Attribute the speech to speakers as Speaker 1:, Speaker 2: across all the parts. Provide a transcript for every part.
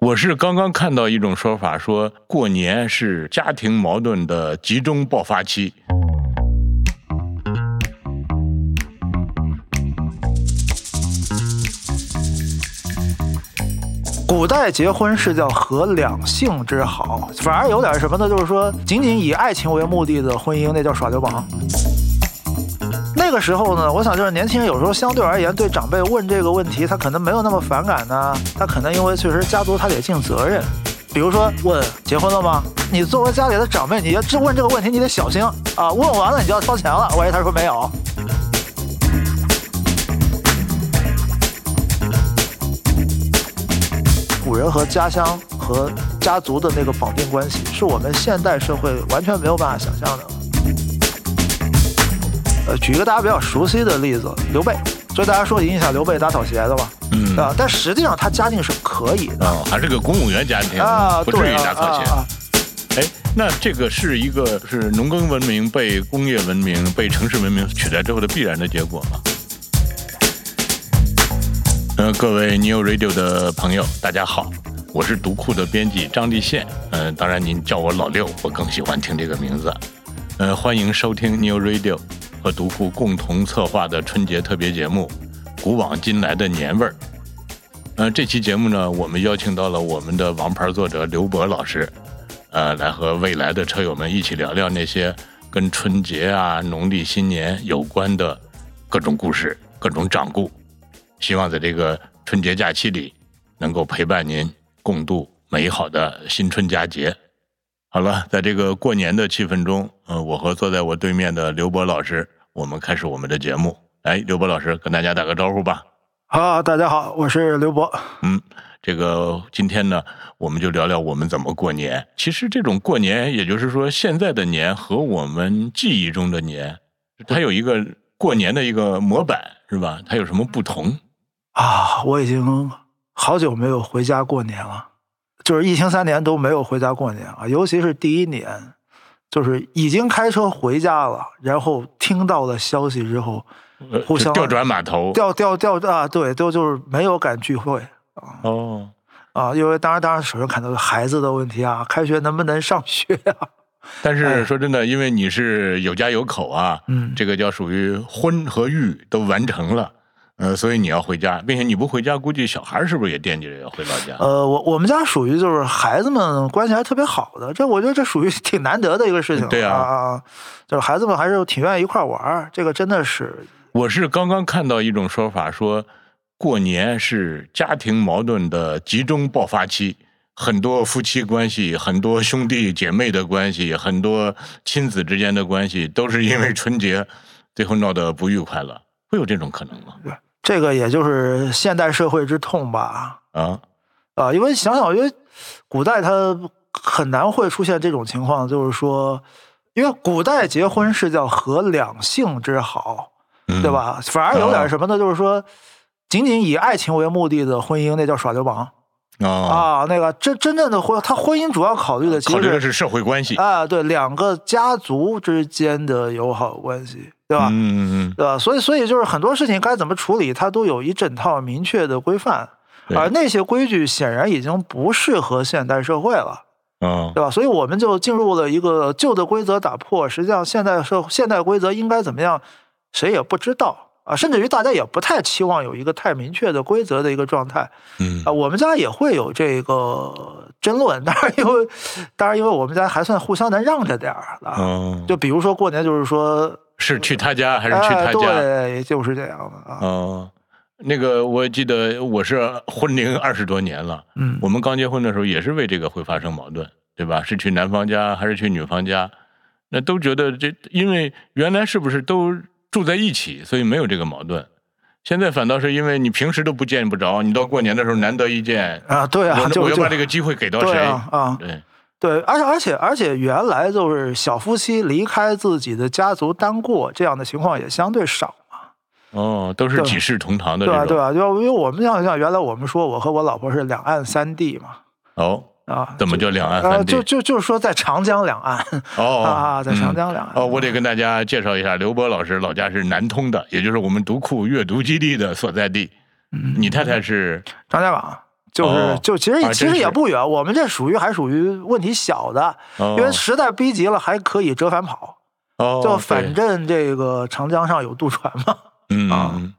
Speaker 1: 我是刚刚看到一种说法，说过年是家庭矛盾的集中爆发期。
Speaker 2: 古代结婚是叫合两性之好，反而有点什么呢？就是说，仅仅以爱情为目的的婚姻，那叫耍流氓。那个时候呢，我想就是年轻人有时候相对而言对长辈问这个问题，他可能没有那么反感呢、他可能因为确实家族他得尽责任，比如说问结婚了吗？你作为家里的长辈，你要质问这个问题，你得小心啊！问完了你就要掏钱了，万一他说没有，古人和家乡和家族的那个绑定关系，是我们现代社会完全没有办法想象的。呃，举一个大家比较熟悉的例子，刘备。所以大家说影响刘备打草鞋的嘛，
Speaker 1: 嗯
Speaker 2: 啊，但实际上他家境是可以的
Speaker 1: 啊，还是个公务员家庭，
Speaker 2: 啊，
Speaker 1: 不至于
Speaker 2: 对啊
Speaker 1: 打草鞋。
Speaker 2: 啊啊
Speaker 1: 哎，那这个是一个是农耕文明被工业文明、被城市文明取代之后的必然的结果吗？呃，各位 New Radio 的朋友，大家好，我是读库的编辑张立宪。呃，当然您叫我老六，我更喜欢听这个名字。呃，欢迎收听 New Radio 和读库共同策划的春节特别节目《古往今来的年味儿》。呃，这期节目呢，我们邀请到了我们的王牌作者刘博老师，呃，来和未来的车友们一起聊聊那些跟春节啊、农历新年有关的各种故事、各种掌故。希望在这个春节假期里，能够陪伴您共度美好的新春佳节。好了，在这个过年的气氛中，呃，我和坐在我对面的刘博老师，我们开始我们的节目。哎，刘博老师，跟大家打个招呼吧。
Speaker 2: 好，啊大家好，我是刘博。
Speaker 1: 这个今天呢，我们就聊聊我们怎么过年。其实这种过年，也就是说现在的年和我们记忆中的年，它有一个过年的一个模板，是吧？它有什么不同？
Speaker 2: 啊，我已经好久没有回家过年了，就是疫情三年都没有回家过年啊，尤其是第一年，就是已经开车回家了，然后听到了消息之后，
Speaker 1: 呃
Speaker 2: 互相
Speaker 1: 就调转码头。
Speaker 2: 掉掉掉啊，对，都就是没有敢聚会
Speaker 1: 哦，
Speaker 2: 啊，因为当然当然首先看到孩子的问题啊，开学能不能上学啊，
Speaker 1: 但是
Speaker 2: 哎
Speaker 1: 说真的，因为你是有家有口啊，
Speaker 2: 嗯，
Speaker 1: 这个叫属于婚和育都完成了，呃，所以你要回家，并且你不回家，估计小孩儿是不是也惦记着要回老家？
Speaker 2: 呃，我我们家属于就是孩子们关系还特别好的，这我觉得这属于 挺难得的一个事情。
Speaker 1: 对啊
Speaker 2: 啊啊，就是孩子们还是挺愿意一块儿玩儿，这个真的是
Speaker 1: 我是刚刚看到一种说法，说过年是家庭矛盾的集中爆发期，很多夫妻关系、很多兄弟姐妹的关系、很多亲子之间的关系，都是因为春节最后闹得不愉快了，会有这种可能吗？
Speaker 2: 这个也就是现代社会之痛吧。
Speaker 1: 啊，
Speaker 2: 啊，因为想想，因为古代它很难会出现这种情况，就是说，因为古代结婚是叫合两性之好，
Speaker 1: 嗯
Speaker 2: 对？吧？反而有点什么呢？就是说，仅仅以爱情为目的的婚姻，那叫耍流氓
Speaker 1: 啊，
Speaker 2: 啊。那个真真正的婚，他婚姻主要考虑的其
Speaker 1: 考虑
Speaker 2: 实
Speaker 1: 的是社会关系，
Speaker 2: 啊，对两个家族之间的友好关系，对吧？
Speaker 1: 嗯嗯嗯，
Speaker 2: 对吧？所以，所以就是很多事情该怎么处理，它都有一整套明确的规范，
Speaker 1: 对
Speaker 2: 而那些规矩显然已经不适合现代社会了，
Speaker 1: 嗯
Speaker 2: 对吧？所以我们就进入了一个旧的规则打破，实际上现代社现代规则应该怎么样，谁也不知道啊，甚至于大家也不太期望有一个太明确的规则的一个状态。
Speaker 1: 嗯
Speaker 2: 啊，我们家也会有这个争论，当然因为，当然因为我们家还算互相能让着点儿了。
Speaker 1: 嗯，
Speaker 2: 就比如说过年，就是说，
Speaker 1: 是去他家还是去
Speaker 2: 哎
Speaker 1: 他家？
Speaker 2: 对，就是这样的啊。
Speaker 1: 哦，那个我记得我是婚龄二十多年了，
Speaker 2: 嗯
Speaker 1: 我们刚结婚的时候也是为这个会发生矛盾，对吧？是去男方家还是去女方家？那都觉得这，因为原来是不是都住在一起，所以没有这个矛盾。现在反倒是因为你平时都不见不着，你到过年的时候难得一见，
Speaker 2: 啊，对啊，
Speaker 1: 我
Speaker 2: 就
Speaker 1: 我要
Speaker 2: 就
Speaker 1: 把这个机会给到
Speaker 2: 对
Speaker 1: 谁？
Speaker 2: 啊啊，
Speaker 1: 对，
Speaker 2: 对，而且而且而且原来就是小夫妻离开自己的家族单过这样的情况也相对少嘛，
Speaker 1: 哦，都是
Speaker 2: 对啊
Speaker 1: 几世同堂的
Speaker 2: 对吧？
Speaker 1: 这
Speaker 2: 对啊
Speaker 1: 种。
Speaker 2: 吧？就因为我们想想，原来我们说我和我老婆是两岸三地嘛，
Speaker 1: 哦，
Speaker 2: 啊，
Speaker 1: 怎么
Speaker 2: 就
Speaker 1: 叫两岸
Speaker 2: 呃
Speaker 1: 三地
Speaker 2: 就？就就是说在长江两岸
Speaker 1: 哦
Speaker 2: 啊，在长
Speaker 1: 嗯
Speaker 2: 江两岸
Speaker 1: 哦，我得跟大家介绍一下，刘波老师老家是南通
Speaker 2: 嗯
Speaker 1: 的，也就是我们读库阅读基地的所在地。你太太是
Speaker 2: 张家港就是、
Speaker 1: 哦
Speaker 2: 就其实
Speaker 1: 还真
Speaker 2: 其实也
Speaker 1: 是
Speaker 2: 不远，我们这属于还属于问题小的，
Speaker 1: 哦
Speaker 2: 因为时代逼急了还可以折返跑，
Speaker 1: 哦，
Speaker 2: 就
Speaker 1: 对
Speaker 2: 反正这个长江上有渡船嘛。
Speaker 1: 嗯
Speaker 2: 啊
Speaker 1: 嗯。嗯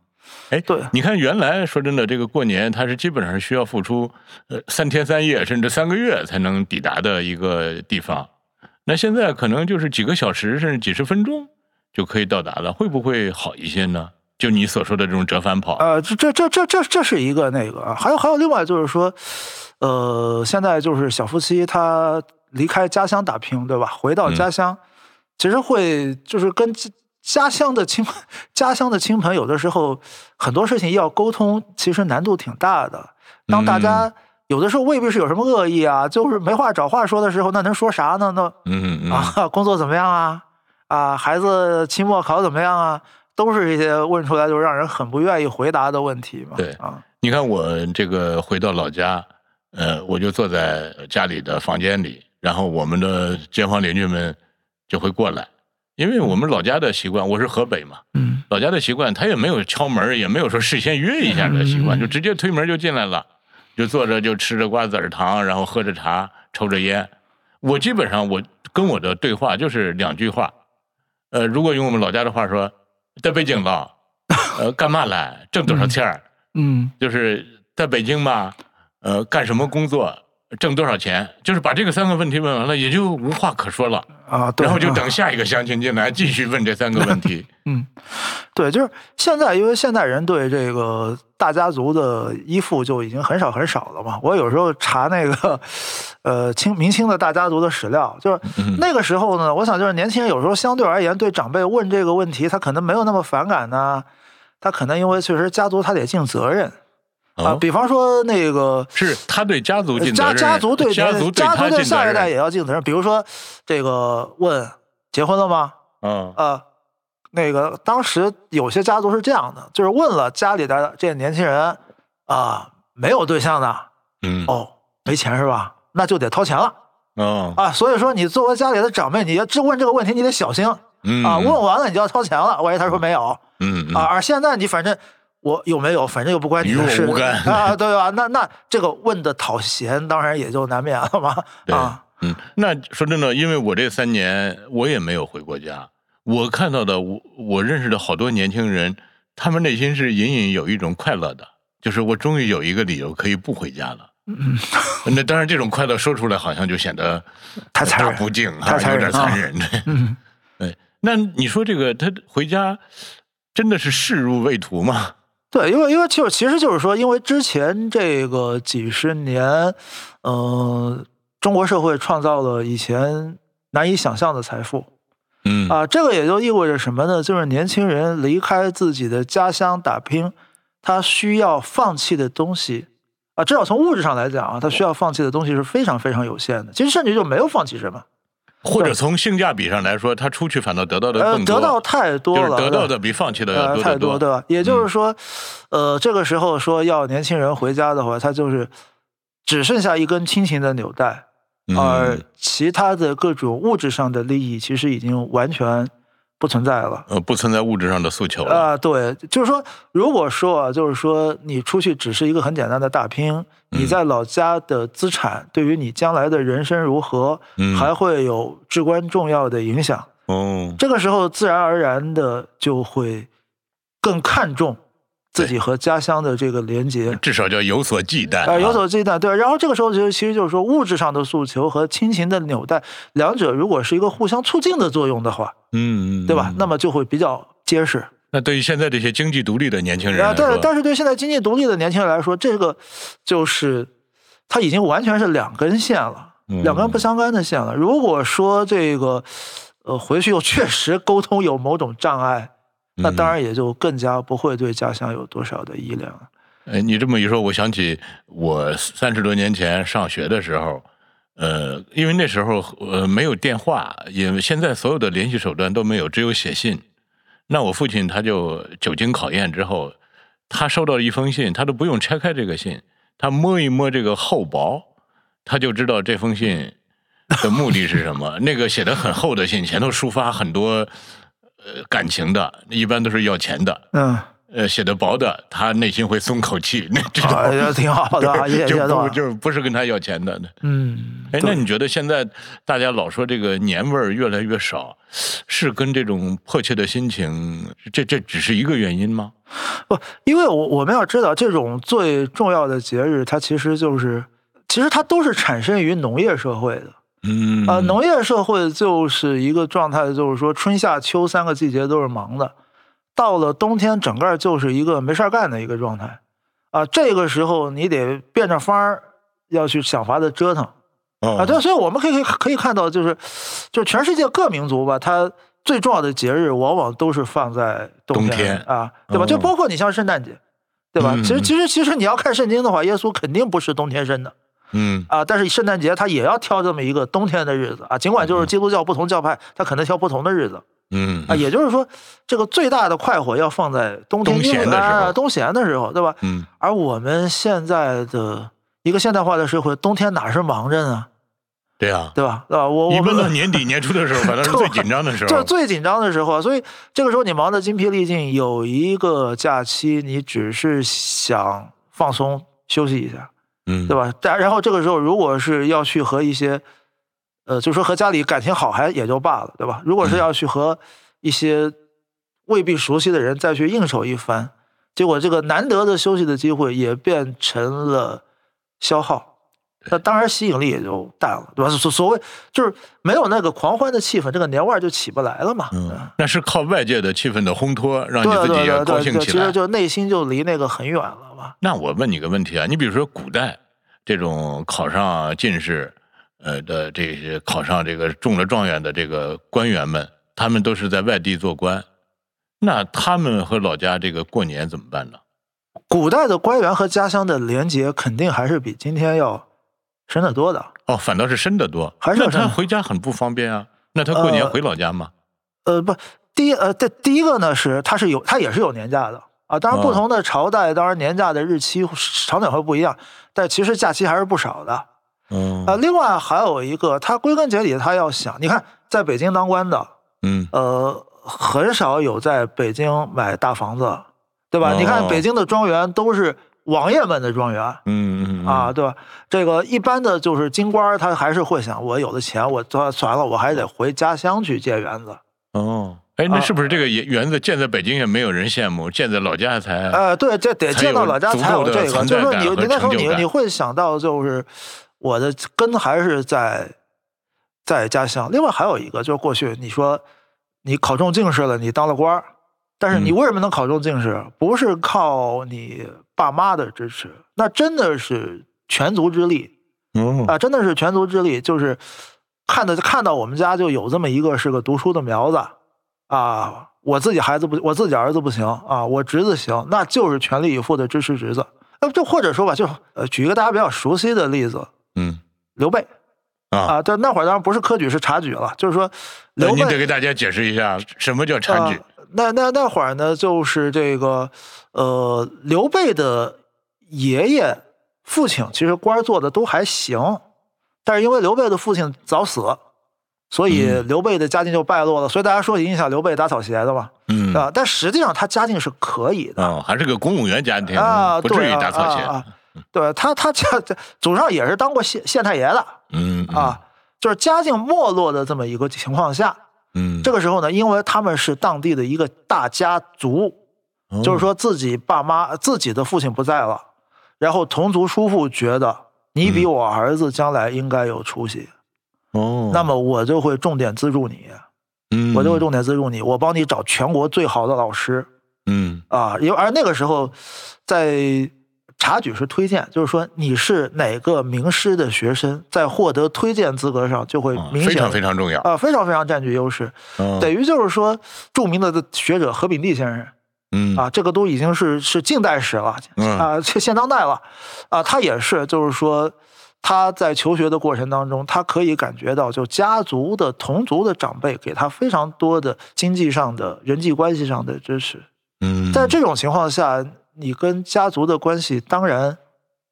Speaker 1: 哎，
Speaker 2: 对
Speaker 1: 你看，原来说真的，这个过年它是基本上需要付出呃三天三夜甚至三个月才能抵达的一个地方，那现在可能就是几个小时甚至几十分钟就可以到达了，会不会好一些呢？就你所说的这种折返跑，
Speaker 2: 呃，这这这这这这是一个那个啊，还有还有另外就是说，呃，现在就是小夫妻他离开家乡打拼，对吧？回到家乡，其实会就是跟家家乡的亲家乡的亲朋，有的时候很多事情要沟通，其实难度挺大的。当大家、有的时候未必是有什么恶意啊，就是没话找话说的时候，那能说啥呢？那
Speaker 1: 嗯嗯
Speaker 2: 啊，工作怎么样啊？啊，孩子期末考怎么样啊？都是一些问出来就让人很不愿意回答的问题嘛。
Speaker 1: 对
Speaker 2: 啊，
Speaker 1: 你看我这个回到老家，呃，我就坐在家里的房间里，然后我们的街坊邻居们就会过来，因为我们老家的习惯，我是河北嘛，
Speaker 2: 嗯，
Speaker 1: 老家的习惯，他也没有敲门，也没有说事先约一下的习惯，
Speaker 2: 嗯
Speaker 1: 就直接推门就进来了，就坐着就吃着瓜子儿糖，然后喝着茶，抽着烟。我基本上我跟我的对话就是两句话，呃，如果用我们老家的话说，在北京了，呃，干嘛来？挣多少钱儿？
Speaker 2: 嗯，
Speaker 1: 就是在北京吧，呃，干什么工作？挣多少钱？就是把这个三个问题问完了，也就无话可说了，
Speaker 2: 啊，对，
Speaker 1: 然后就
Speaker 2: 啊
Speaker 1: 等下一个相亲进来，继续问这三个问题。
Speaker 2: 嗯，对，就是现在，因为现在人对这个大家族的依附就已经很少很少了嘛。我有时候查那个，呃，清明清的大家族的史料，就是
Speaker 1: 嗯
Speaker 2: 那个时候呢，我想就是年轻人有时候相对而言对长辈问这个问题，他可能没有那么反感呢、他可能因为确实家族他得尽责任
Speaker 1: 哦
Speaker 2: 啊、比方说那个
Speaker 1: 是他对家族尽责
Speaker 2: 家
Speaker 1: 任，
Speaker 2: 家族对别
Speaker 1: 家
Speaker 2: 人
Speaker 1: 族对
Speaker 2: 家
Speaker 1: 他
Speaker 2: 族
Speaker 1: 尽责
Speaker 2: 对下一代
Speaker 1: 任。
Speaker 2: 也要尽责任，比如说这个问结婚了吗？
Speaker 1: 嗯
Speaker 2: 呃，那个当时有些家族是这样的，就是问了家里的这些年轻人啊、没有对象的
Speaker 1: 嗯
Speaker 2: 哦，没钱是吧？那就得掏钱了
Speaker 1: 哦
Speaker 2: 啊！所以说，你作为家里的长辈，你要质问这个问题，你得小心啊！
Speaker 1: 嗯
Speaker 2: 问完了你就要掏钱了，万一他说没有
Speaker 1: 嗯嗯
Speaker 2: 啊，而现在你反正我有没有，反正又不关你的
Speaker 1: 与我
Speaker 2: 事
Speaker 1: 无干
Speaker 2: 啊，对吧？那那这个问的讨嫌，当然也就难免了嘛
Speaker 1: 对
Speaker 2: 啊，
Speaker 1: 嗯。那说真的，因为我这三年我也没有回过家，我看到的我我认识的好多年轻人，他们内心是隐隐有一种快乐的，就是我终于有一个理由可以不回家了。
Speaker 2: 嗯
Speaker 1: 那当然，这种快乐说出来好像就显得
Speaker 2: 太残
Speaker 1: 大
Speaker 2: 忍
Speaker 1: 不敬啊，
Speaker 2: 太残
Speaker 1: 有点
Speaker 2: 忍啊
Speaker 1: 残忍。对
Speaker 2: 嗯。
Speaker 1: 对， 那你说这个他回家真的是视入未途
Speaker 2: 啊
Speaker 1: 吗？
Speaker 2: 对，因为因为就是其实就是说，因为之前这个几十年，呃，中国社会创造了以前难以想象的财富
Speaker 1: 嗯
Speaker 2: 啊、这个也就意味着什么呢？就是年轻人离开自己的家乡打拼，他需要放弃的东西啊、至少从物质上来讲啊，他需要放弃的东西是非常非常有限的，其实甚至就没有放弃什么，
Speaker 1: 或者从性价比上来说，他出去反倒得到的
Speaker 2: 呃，
Speaker 1: 更多，
Speaker 2: 得到太多了，
Speaker 1: 就是得
Speaker 2: 对
Speaker 1: 到的比放弃的要
Speaker 2: 呃，
Speaker 1: 多嗯
Speaker 2: 太
Speaker 1: 得
Speaker 2: 多，对吧？也就是说，呃，这个时候说要年轻人回家的话，他就是只剩下一根亲情的纽带，而
Speaker 1: 嗯，
Speaker 2: 其他的各种物质上的利益其实已经完全不存在了。
Speaker 1: 呃，不存在物质上的诉求了。
Speaker 2: 啊、对，就是说，如果说啊，就是说你出去只是一个很简单的打拼，
Speaker 1: 嗯
Speaker 2: 你在老家的资产对于你将来的人生如何，
Speaker 1: 嗯
Speaker 2: 还会有至关重要的影响。
Speaker 1: 哦，
Speaker 2: 这个时候自然而然的就会更看重自己和家乡的这个连接，
Speaker 1: 至少叫有所忌惮、啊
Speaker 2: 呃，有所忌惮。对，然后这个时候其实其实就是说物质上的诉求和亲情的纽带，两者如果是一个互相促进的作用的话，
Speaker 1: 嗯，嗯
Speaker 2: 对吧？
Speaker 1: 嗯
Speaker 2: 那么就会比较结实。
Speaker 1: 那对于现在这些经济独立的年轻人
Speaker 2: 啊，
Speaker 1: 来
Speaker 2: 对
Speaker 1: 说，，
Speaker 2: 但是对现在经济独立的年轻人来说，这个就是它已经完全是两根线了，
Speaker 1: 嗯
Speaker 2: 两根不相干的线了。如果说这个呃回去又确实沟通有某种障碍，那
Speaker 1: 嗯
Speaker 2: 当然也就更加不会对家乡有多少的依恋了。
Speaker 1: 哎，你这么一说，我想起我三十多年前上学的时候，呃，因为那时候呃没有电话，也现在所有的联系手段都没有，只有写信。那我父亲他就久经考验之后，他收到一封信，他都不用拆开这个信，他摸一摸这个厚薄，他就知道这封信的目的是什么。 那个写的很厚的信，前头抒发很多呃感情的，一般都是要钱的。
Speaker 2: 嗯
Speaker 1: 呃写的薄的，他内心会松口气，那这
Speaker 2: 啊，也挺好 的啊，也也
Speaker 1: 就不
Speaker 2: 懂。
Speaker 1: 就不是跟他要钱的。
Speaker 2: 嗯，
Speaker 1: 哎，
Speaker 2: 对
Speaker 1: 那你觉得现在大家老说这个年味儿越来越少，是跟这种迫切的心情，这这只是一个原因吗？
Speaker 2: 不，因为我我们要知道，这种最重要的节日，它其实就是，其实它都是产生于农业社会的。
Speaker 1: 嗯
Speaker 2: 呃，农业社会就是一个状态，就是说春夏秋三个季节都是忙的，到了冬天，整个就是一个没事儿干的一个状态。啊、这个时候你得变着法儿要去想法子折腾。啊，
Speaker 1: 啊
Speaker 2: 对，所以我们可以可以可以看到，就是就是全世界各民族吧，它最重要的节日往往都是放在
Speaker 1: 冬
Speaker 2: 冬
Speaker 1: 天
Speaker 2: 啊，对吧？
Speaker 1: 哦
Speaker 2: 就包括你像圣诞节，对吧？其实
Speaker 1: 嗯
Speaker 2: 其实其实你要看圣经的话，耶稣肯定不是冬天生的
Speaker 1: 嗯
Speaker 2: 啊，但是圣诞节他也要挑这么一个冬天的日子啊，尽管就是基督教不同教派，他可能挑不同的日子
Speaker 1: 嗯
Speaker 2: 啊，也就是说，这个最大的快活要放在冬天
Speaker 1: 冬
Speaker 2: 因为
Speaker 1: 闲的时候
Speaker 2: 啊冬闲的时候，对吧？
Speaker 1: 嗯
Speaker 2: 而我们现在的一个现代化的社会，冬天哪是忙着呢？
Speaker 1: 对啊，
Speaker 2: 对吧？对吧？我我
Speaker 1: 一
Speaker 2: 们
Speaker 1: 般到年底年初的时候，反正是最紧张的时
Speaker 2: 这 是
Speaker 1: 候。
Speaker 2: 最紧张的时候啊，所以这个时候你忙得精疲力尽，有一个假期你只是想放松休息一下，
Speaker 1: 嗯，
Speaker 2: 对
Speaker 1: 吧？
Speaker 2: 吧？但然后这个时候如果是要去和一些，呃，就说和家里感情好还也就罢了，对吧？
Speaker 1: 嗯
Speaker 2: 如果是要去和一些未必熟悉的人再去应酬一番，结果这个难得的休息的机会也变成了消耗。那当然吸引力也就淡了，对吧？所所谓就是没有那个狂欢的气氛，这个年味儿就起不来了嘛。嗯
Speaker 1: 嗯，那是靠外界的气氛的烘托，让你自
Speaker 2: 对
Speaker 1: 己
Speaker 2: 对
Speaker 1: 也
Speaker 2: 对
Speaker 1: 高
Speaker 2: 对
Speaker 1: 兴
Speaker 2: 对，
Speaker 1: 起
Speaker 2: 其
Speaker 1: 来
Speaker 2: 实。就内心就离那个很远了嘛。
Speaker 1: 那我问你个问题啊，你比如说古代这种考上进士，呃的这些考上这个中了状元的这个官员们，他们都是在外地做官，那他们和老家这个过年怎么办呢？
Speaker 2: 古代的官员和家乡的连结，肯定还是比今天要深得多的。
Speaker 1: 哦，反倒是深得多，
Speaker 2: 还是
Speaker 1: 那
Speaker 2: 要
Speaker 1: 他
Speaker 2: 深
Speaker 1: 回家很不方便啊。那他过年
Speaker 2: 呃
Speaker 1: 回老家吗？
Speaker 2: 呃，不，第一呃，这第一个呢是它是有它也是有年假的啊，当然
Speaker 1: 哦
Speaker 2: 不同的朝代，当然年假的日期长短会不一样，但其实假期还是不少的。
Speaker 1: 嗯
Speaker 2: 啊，另外还有一个，他归根结底他要想，你看在北京当官的，
Speaker 1: 嗯
Speaker 2: 呃，很少有在北京买大房子，对吧？
Speaker 1: 哦
Speaker 2: 你看北京的庄园都是王爷们的庄园
Speaker 1: 嗯嗯
Speaker 2: 啊，，对吧？这个一般的就是京官儿，他还是会想，我有了钱，我算算了，我还得回家乡去建园子。
Speaker 1: 嗯哦。哎，那
Speaker 2: 啊
Speaker 1: 是不是这个园园子建在北京也没有人羡慕，建在老家才？
Speaker 2: 呃，对，这得
Speaker 1: 嗯才
Speaker 2: 见到
Speaker 1: 有
Speaker 2: 老家
Speaker 1: 足
Speaker 2: 才
Speaker 1: 够
Speaker 2: 有
Speaker 1: 的
Speaker 2: 这个，
Speaker 1: 存
Speaker 2: 就是
Speaker 1: 在感
Speaker 2: 说你
Speaker 1: 和
Speaker 2: 你那时
Speaker 1: 成
Speaker 2: 候
Speaker 1: 就
Speaker 2: 你
Speaker 1: 感
Speaker 2: 你会想到就是我的根还是在在家乡。另外还有一个就是过去你说你考中进士了，你当了官儿，但是你
Speaker 1: 嗯
Speaker 2: 为什么能考中进士？不是靠你爸妈的支持，那真的是全族之力
Speaker 1: 哦
Speaker 2: 啊，真的是全族之力，就是看的看到我们家就有这么一个是个读书的苗子啊，我自己孩子不，我自己儿子不行啊，我侄子行，那就是全力以赴的支持侄子。呃，就或者说吧，就呃，举一个大家比较熟悉的例子，
Speaker 1: 嗯
Speaker 2: 刘备
Speaker 1: 啊，
Speaker 2: 啊，但那会儿当然不是科举是察举了，就是说
Speaker 1: 那
Speaker 2: 刘
Speaker 1: 您得
Speaker 2: 备
Speaker 1: 给大家解释一下什么叫察
Speaker 2: 啊
Speaker 1: 举。，
Speaker 2: 那那那会儿呢，就是这个呃，刘备的爷爷、父亲其实官儿做的都还行，但是因为刘备的父亲早死，所以
Speaker 1: 嗯
Speaker 2: 刘备的家境就败落了。所以大家说影响刘备打草鞋的嘛，
Speaker 1: 嗯
Speaker 2: 啊，但实际上他家境是可以的。
Speaker 1: 啊、还是个公务员家庭，
Speaker 2: 啊，
Speaker 1: 不至
Speaker 2: 对
Speaker 1: 于
Speaker 2: 啊
Speaker 1: 打草鞋。嗯
Speaker 2: 啊啊对他，他家 祖上也是当过县县太爷的
Speaker 1: 嗯
Speaker 2: 啊，，就是家境没落的这么一个情况下，
Speaker 1: 嗯，
Speaker 2: 这个时候呢，因为他们是当地的一个大家族，
Speaker 1: 个
Speaker 2: 就是，说自己爸妈、自己的父亲不在了，然后同族叔父觉得你比
Speaker 1: 嗯
Speaker 2: 我儿子将来应该有出息，
Speaker 1: 哦，
Speaker 2: 那么我就会重点资助你，
Speaker 1: 嗯，
Speaker 2: 我就会重点资助你，我帮你找全国最好的老师
Speaker 1: 嗯
Speaker 2: 啊，因为而那个时候在。察举是推荐，就是说你是哪个名师的学生，在获得推荐资格上就会
Speaker 1: 啊
Speaker 2: 明显
Speaker 1: 非常非常重要。
Speaker 2: 啊、非常非常占据优势。
Speaker 1: 嗯
Speaker 2: 等，于就是说，著名的学者何炳棣先生，
Speaker 1: 嗯
Speaker 2: 啊，这个都已经是是近代史了，
Speaker 1: 嗯
Speaker 2: 啊，现现当代了，啊，他也是，就是说他在求学的过程当中，他可以感觉到，就家族的同族的长辈给他非常多的经济上的、人际关系上的支持。
Speaker 1: 嗯，
Speaker 2: 在这种情况下，你跟家族的关系当然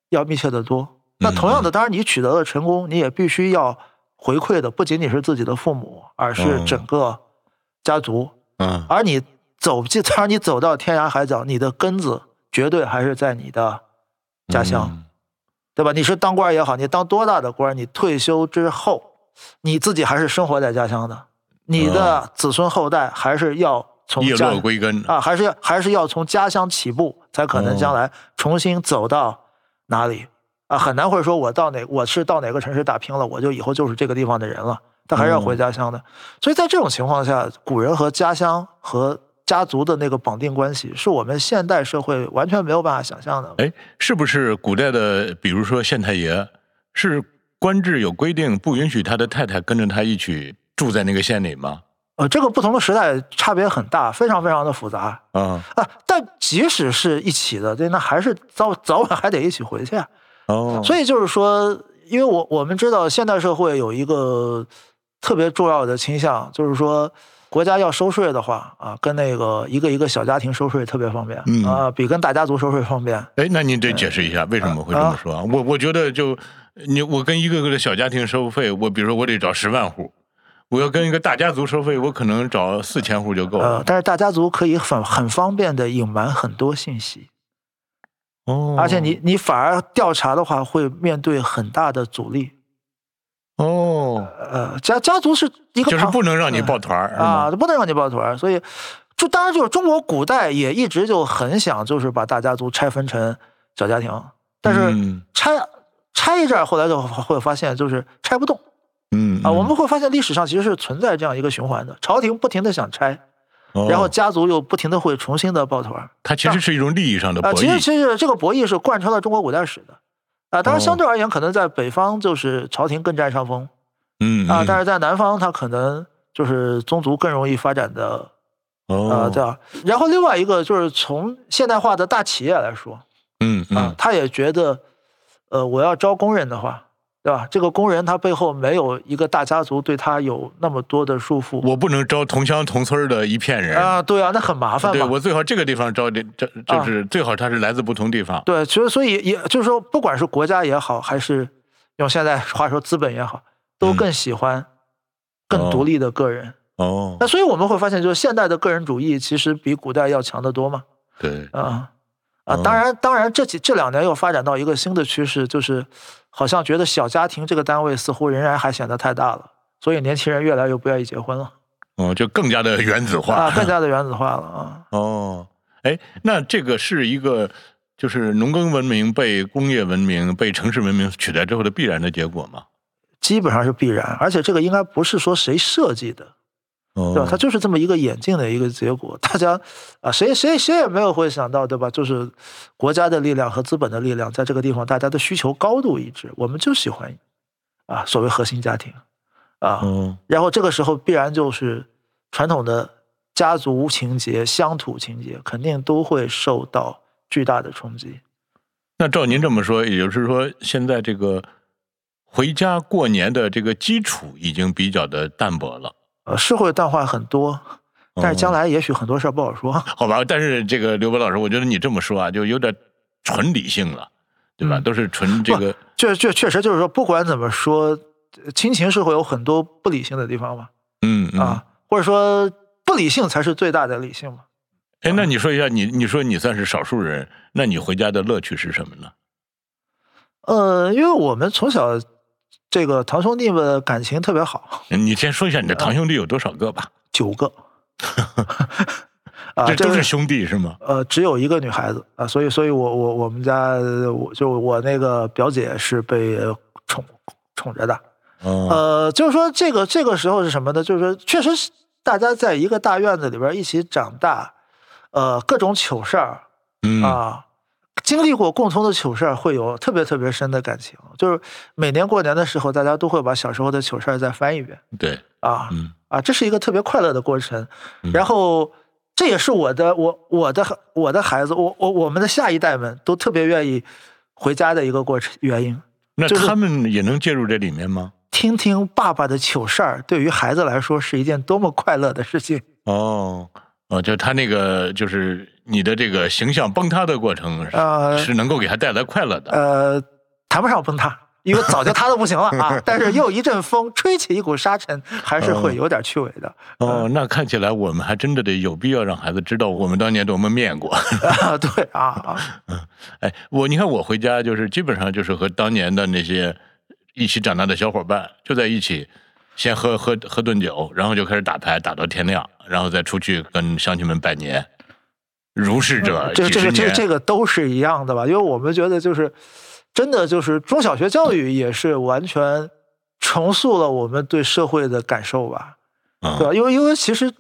Speaker 2: 要密切得多。
Speaker 1: 嗯
Speaker 2: 那同样的，当然你取得了成功，你也必须要回
Speaker 1: 哦
Speaker 2: 馈的不仅仅是自己的父母，而是
Speaker 1: 嗯
Speaker 2: 整个家族。
Speaker 1: 嗯
Speaker 2: 而你走进，当你走到天涯海角，你的根子绝对还是在你的家乡，
Speaker 1: 嗯
Speaker 2: 对吧？你是当官也好，你当多大的官，你退休之后，你自己还是生活在家乡的，你的子孙后代还是要从
Speaker 1: 叶
Speaker 2: 家
Speaker 1: 落归根，
Speaker 2: 啊，还是要还是要从家乡起步，才可能将来重新走到哪里、啊，很难会说我到哪我是到哪个城市打拼了，我就以后就是这个地方的人了，但还是要回家乡的。所以在这种情况下，古人和家乡和家族的那个绑定关系，是我们现代社会完全没有办法想象的。
Speaker 1: 哎，是不是古代的，比如说县太爷，是官制有规定，不允许他的太太跟着他一起住在那个县里吗？
Speaker 2: 呃，这个不同的时代差别很大，非常非常的复杂
Speaker 1: 啊，
Speaker 2: 啊。但即使是一起的，对，那还是早早晚还得一起回去啊。
Speaker 1: 哦，
Speaker 2: 所
Speaker 1: 以
Speaker 2: 以就是说，因为我我们知道现代社会有一个特别重要的倾向，就是说国家要收税的话啊，跟那个一个一个小家庭收税特别方便、
Speaker 1: 嗯
Speaker 2: 啊，比跟大家族收税方便。
Speaker 1: 哎，那您得解释一
Speaker 2: 嗯
Speaker 1: 下为什么会这么说啊？我我觉得就你我跟一个个的小家庭收费，我比如说我得找十万户，我要跟一个大家族收费，我可能找四千户就够
Speaker 2: 呃
Speaker 1: 了，。
Speaker 2: 但是大家族可以很很方便的隐瞒很多信息，
Speaker 1: 哦，
Speaker 2: 而且你你反而调查的话会面对很大的阻力。
Speaker 1: 哦，
Speaker 2: 呃，家家族是一个
Speaker 1: 就是
Speaker 2: 庞
Speaker 1: 不能让你抱团儿是吗
Speaker 2: 啊，不能让你抱团儿。所以，就当然就是中国古代也一直就很想就是把大家族拆分成小家庭，但是
Speaker 1: 嗯
Speaker 2: 拆、拆一阵儿，后来就会发现就是拆不动
Speaker 1: 嗯
Speaker 2: 啊。我们
Speaker 1: 嗯
Speaker 2: 会发现历史上其实是存在这样一个循环的，朝廷不停的想拆，
Speaker 1: 哦
Speaker 2: 然后家族又不停的会重新的抱团儿
Speaker 1: 它其实是一种利益上的博
Speaker 2: 啊。其实
Speaker 1: 弈，
Speaker 2: 其实这个博弈是贯穿了中国古代史的啊。当然，
Speaker 1: 哦
Speaker 2: 相对而言，可能在北方就是朝廷更占上风。
Speaker 1: 嗯
Speaker 2: 啊，但
Speaker 1: 是
Speaker 2: 是在南方，它可能就是宗族更容易发展的呃
Speaker 1: 哦
Speaker 2: 这，样。然后另外一个就是从现代化的大企业来说
Speaker 1: 嗯
Speaker 2: 啊
Speaker 1: 嗯，
Speaker 2: 他也觉得，呃，我要招工人的话，对吧？这个工人他背后没有一个大家族对他有那么多的束缚
Speaker 1: 我不能招同乡同村儿的一片人
Speaker 2: 啊，对啊，那很麻烦
Speaker 1: 对
Speaker 2: 嘛。
Speaker 1: 我最好这个地方招的，这
Speaker 2: 啊
Speaker 1: 就是最好他是来自不同地方。
Speaker 2: 对，其实所以也就是说，不管是国家也好，还是用现在话说资本也好，都
Speaker 1: 嗯
Speaker 2: 更喜欢更
Speaker 1: 哦
Speaker 2: 独立的个人。
Speaker 1: 哦
Speaker 2: 那，所以我们会发现，就是现代的个人主义其实比古代要强得多嘛。
Speaker 1: 对，
Speaker 2: 啊啊，
Speaker 1: 嗯
Speaker 2: 当然，当然这几这两年又发展到一个新的趋势，就是好像觉得小家庭这个单位似乎仍然还显得太大了，所以年轻人越来越不愿意结婚 了
Speaker 1: 哦，就更加的原子化。
Speaker 2: 啊，更加的原子化了啊。
Speaker 1: 哦，哎，那这个是一个就是农耕文明被工业文明、被城市文明取代之后的必然的结果嘛？
Speaker 2: 基本上是必然，而且这个应该不是说谁设计的，
Speaker 1: 哦，
Speaker 2: 对吧？它就是这么一个演进的一个结果。大家啊，谁谁谁也没有会想到，对吧？就是国家的力量和资本的力量在这个地方，大家的需求高度一致，我们就喜欢啊，所谓核心家庭啊，
Speaker 1: 哦，
Speaker 2: 然后这个时候必然就是传统的家族情节、乡土情节，肯定都会受到巨大的冲击。
Speaker 1: 那照您这么说，也就是说，现在这个回家过年的这个基础已经比较的淡薄了。
Speaker 2: 呃，是会淡化很多，但是
Speaker 1: 哦
Speaker 2: 将来也许很多事儿不好说。
Speaker 1: 好吧，但是这个刘博老师，我觉得你这么说啊，就有点纯理性了，对吧？
Speaker 2: 嗯
Speaker 1: 都是纯这个，
Speaker 2: 确确确实就是说，不管怎么说，呃亲情是会有很多不理性的地方嘛，
Speaker 1: 嗯嗯
Speaker 2: 啊，或者说不理性才是最大的理性嘛。
Speaker 1: 哎，那你说一下，你你说你算是少数人，那你回家的乐趣是什么呢？
Speaker 2: 呃，因为我们从小这个堂兄弟们感情特别好，
Speaker 1: 你先说一下你的堂兄弟有多少个吧？
Speaker 2: 九 个，啊，
Speaker 1: 这都
Speaker 2: 个
Speaker 1: 是兄弟是吗？
Speaker 2: 呃，只有一个女孩子啊，所以，所以我我我们家我就我那个表姐是被呃宠宠着的。
Speaker 1: 哦，
Speaker 2: 呃，就是说这个这个时候是什么呢？就是说，确实是大家在一个大院子里边一起长大，呃，各种糗事儿
Speaker 1: 嗯
Speaker 2: 啊，经历过共同的糗事儿，会有特别特别深的感情。就是每年过年的时候，大家都会把小时候的糗事儿再翻一遍
Speaker 1: 对，
Speaker 2: 啊。
Speaker 1: 嗯
Speaker 2: 啊，这是一个特别快乐的过程
Speaker 1: 嗯。
Speaker 2: 然后，这也是我的我我的我的孩子，我我我们的下一代们都特别愿意回家的一个过程原因。
Speaker 1: 那
Speaker 2: 就是
Speaker 1: 他们也能介入这里面吗？
Speaker 2: 听听爸爸的糗事儿，对于孩子来说是一件多么快乐的 事情。
Speaker 1: 哦哦，就他那个就是你的这个形象崩塌的过程是，
Speaker 2: 呃
Speaker 1: 是能够给他带来快乐的。
Speaker 2: 呃，谈不上崩塌因为早就塌的不行了 啊。但是又一阵风吹起一股沙尘，还是
Speaker 1: 嗯
Speaker 2: 会有点趣味的。
Speaker 1: 哦，那看起来我们还真的得有必要让孩子知道我们当年多么面过。
Speaker 2: 啊，对啊啊，
Speaker 1: 哎，我你看我回家就是基本上就是和当年的那些一起长大的小伙伴就在一起，先喝喝喝顿酒，然后就开始打牌，打到天亮，然后再出去跟乡亲们拜年。如是者
Speaker 2: 这
Speaker 1: 几
Speaker 2: 这
Speaker 1: 十
Speaker 2: 个这
Speaker 1: 年，
Speaker 2: 这个都是一样的吧？因为我们觉得就是真的就是中小学教育也是完全重塑了我们对社会的感受吧。对
Speaker 1: 嗯
Speaker 2: 吧？因为因为其实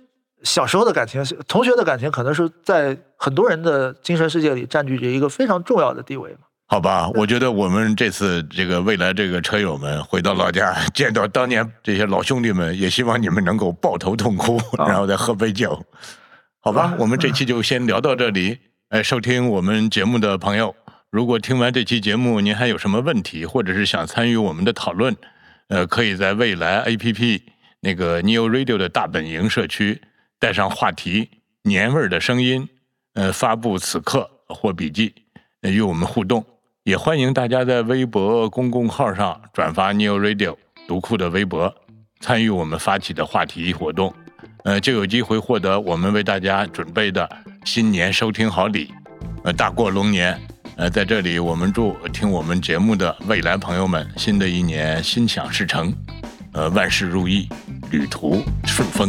Speaker 2: 小时候的感情，同学的感情，可能是在很多人的精神世界里占据着一个非常重要的地位嘛。
Speaker 1: 好吧，我觉得我们这次这个未来这个车友们回到老家，
Speaker 2: 嗯
Speaker 1: 见到当年这些老兄弟们，也希望你们能够抱头痛哭，
Speaker 2: 啊
Speaker 1: 然后再喝杯酒，好吧
Speaker 2: 啊？
Speaker 1: 我们这期就先聊到这里。哎，收听我们节目的朋友，如果听完这期节目，您还有什么问题，或者是想参与我们的讨论，呃，可以在未来 APP 那个 Neo Radio 的大本营社区带上话题“年味儿的声音”，呃，发布此刻或笔记，呃与我们互动。也欢迎大家在微博公共号上转发 Neo Radio 读库的微博，参与我们发起的话题活动，呃，就有机会获得我们为大家准备的新年收听好礼。呃，大过龙年，呃，在这里我们祝听我们节目的未来朋友们，新的一年心想事成，呃，万事如意，旅途顺风。